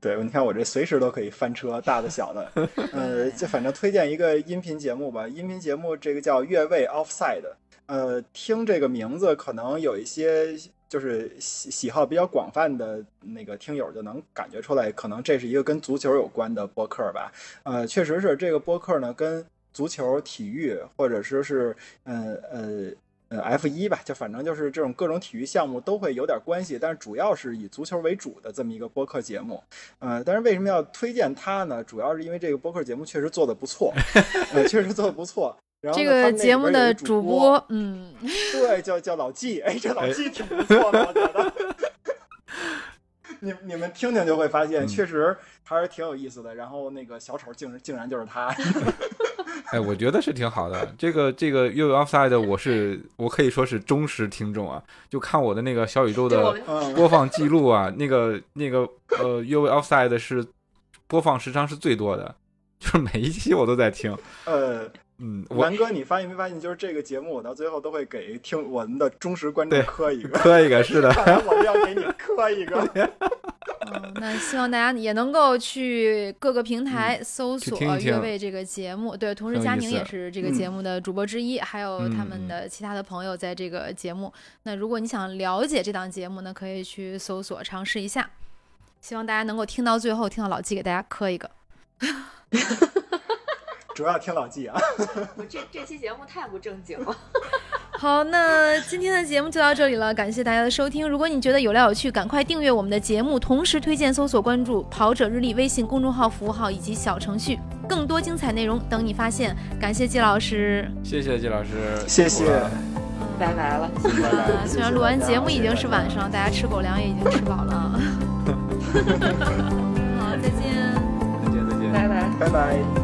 对，你看我这随时都可以翻车，大的小的。呃，就反正推荐一个音频节目吧，音频节目这个叫《越位 Offside》。呃，听这个名字，可能有一些就是喜喜好比较广泛的那个听友就能感觉出来，可能这是一个跟足球有关的播客吧。呃，确实是这个播客呢，跟足球、体育或者说是呃呃呃 F 一吧，就反正就是这种各种体育项目都会有点关系，但是主要是以足球为主的这么一个播客节目。呃，但是为什么要推荐它呢？主要是因为这个播客节目确实做的不错， 呃，确实做的不错。然后这呢个他们那节里边目有一的主主播，嗯，对，叫叫老纪，哎，这老纪挺不错的，我觉得。你你们听听就会发现，嗯确实还是挺有意思的。然后那个小丑竟然竟然就是 他，哎，我觉得是挺好的。这个这个越位 offside，我是我可以说是忠实听众啊，就看我的那个小宇宙对我的们嗯，播放记录啊，那个那个呃越位 offside 是播放时长是最多的，就是每一期我都在听。呃，嗯，我南哥，你发现没发现，就是这个节目，我到最后都会给听我们的忠实观众对磕一个。磕一 个是的，看来我们要给你磕一个。 嗯那希望大家也能够去各个平台搜嗯去索听一《越听位》这个节目。对，同时很有佳意宁也思嗯是这个节目的主播之一，还有他们嗯嗯的其他的朋友在这个节目。那如果你想了解这档节目呢，可以去搜索尝试一下。希望大家能够听到最后，听到老纪给大家磕一个。主要听老纪啊，嗯我这这期节目太不正经了。 好，那今天的节目就到这里了，感谢大家的收听。如果你觉得有料有趣，赶快订阅我们的节目，同时推荐、搜索、关注“跑者日历”微信公众号、服务号以及小程序，更多精彩内容等你发现。感谢季老师。谢谢季老师，谢谢辛苦了。拜拜了。嗯啊，虽然录完节目已经是晚上，大家吃狗粮也已经吃饱了。好，再见。再见再见。拜拜。拜拜。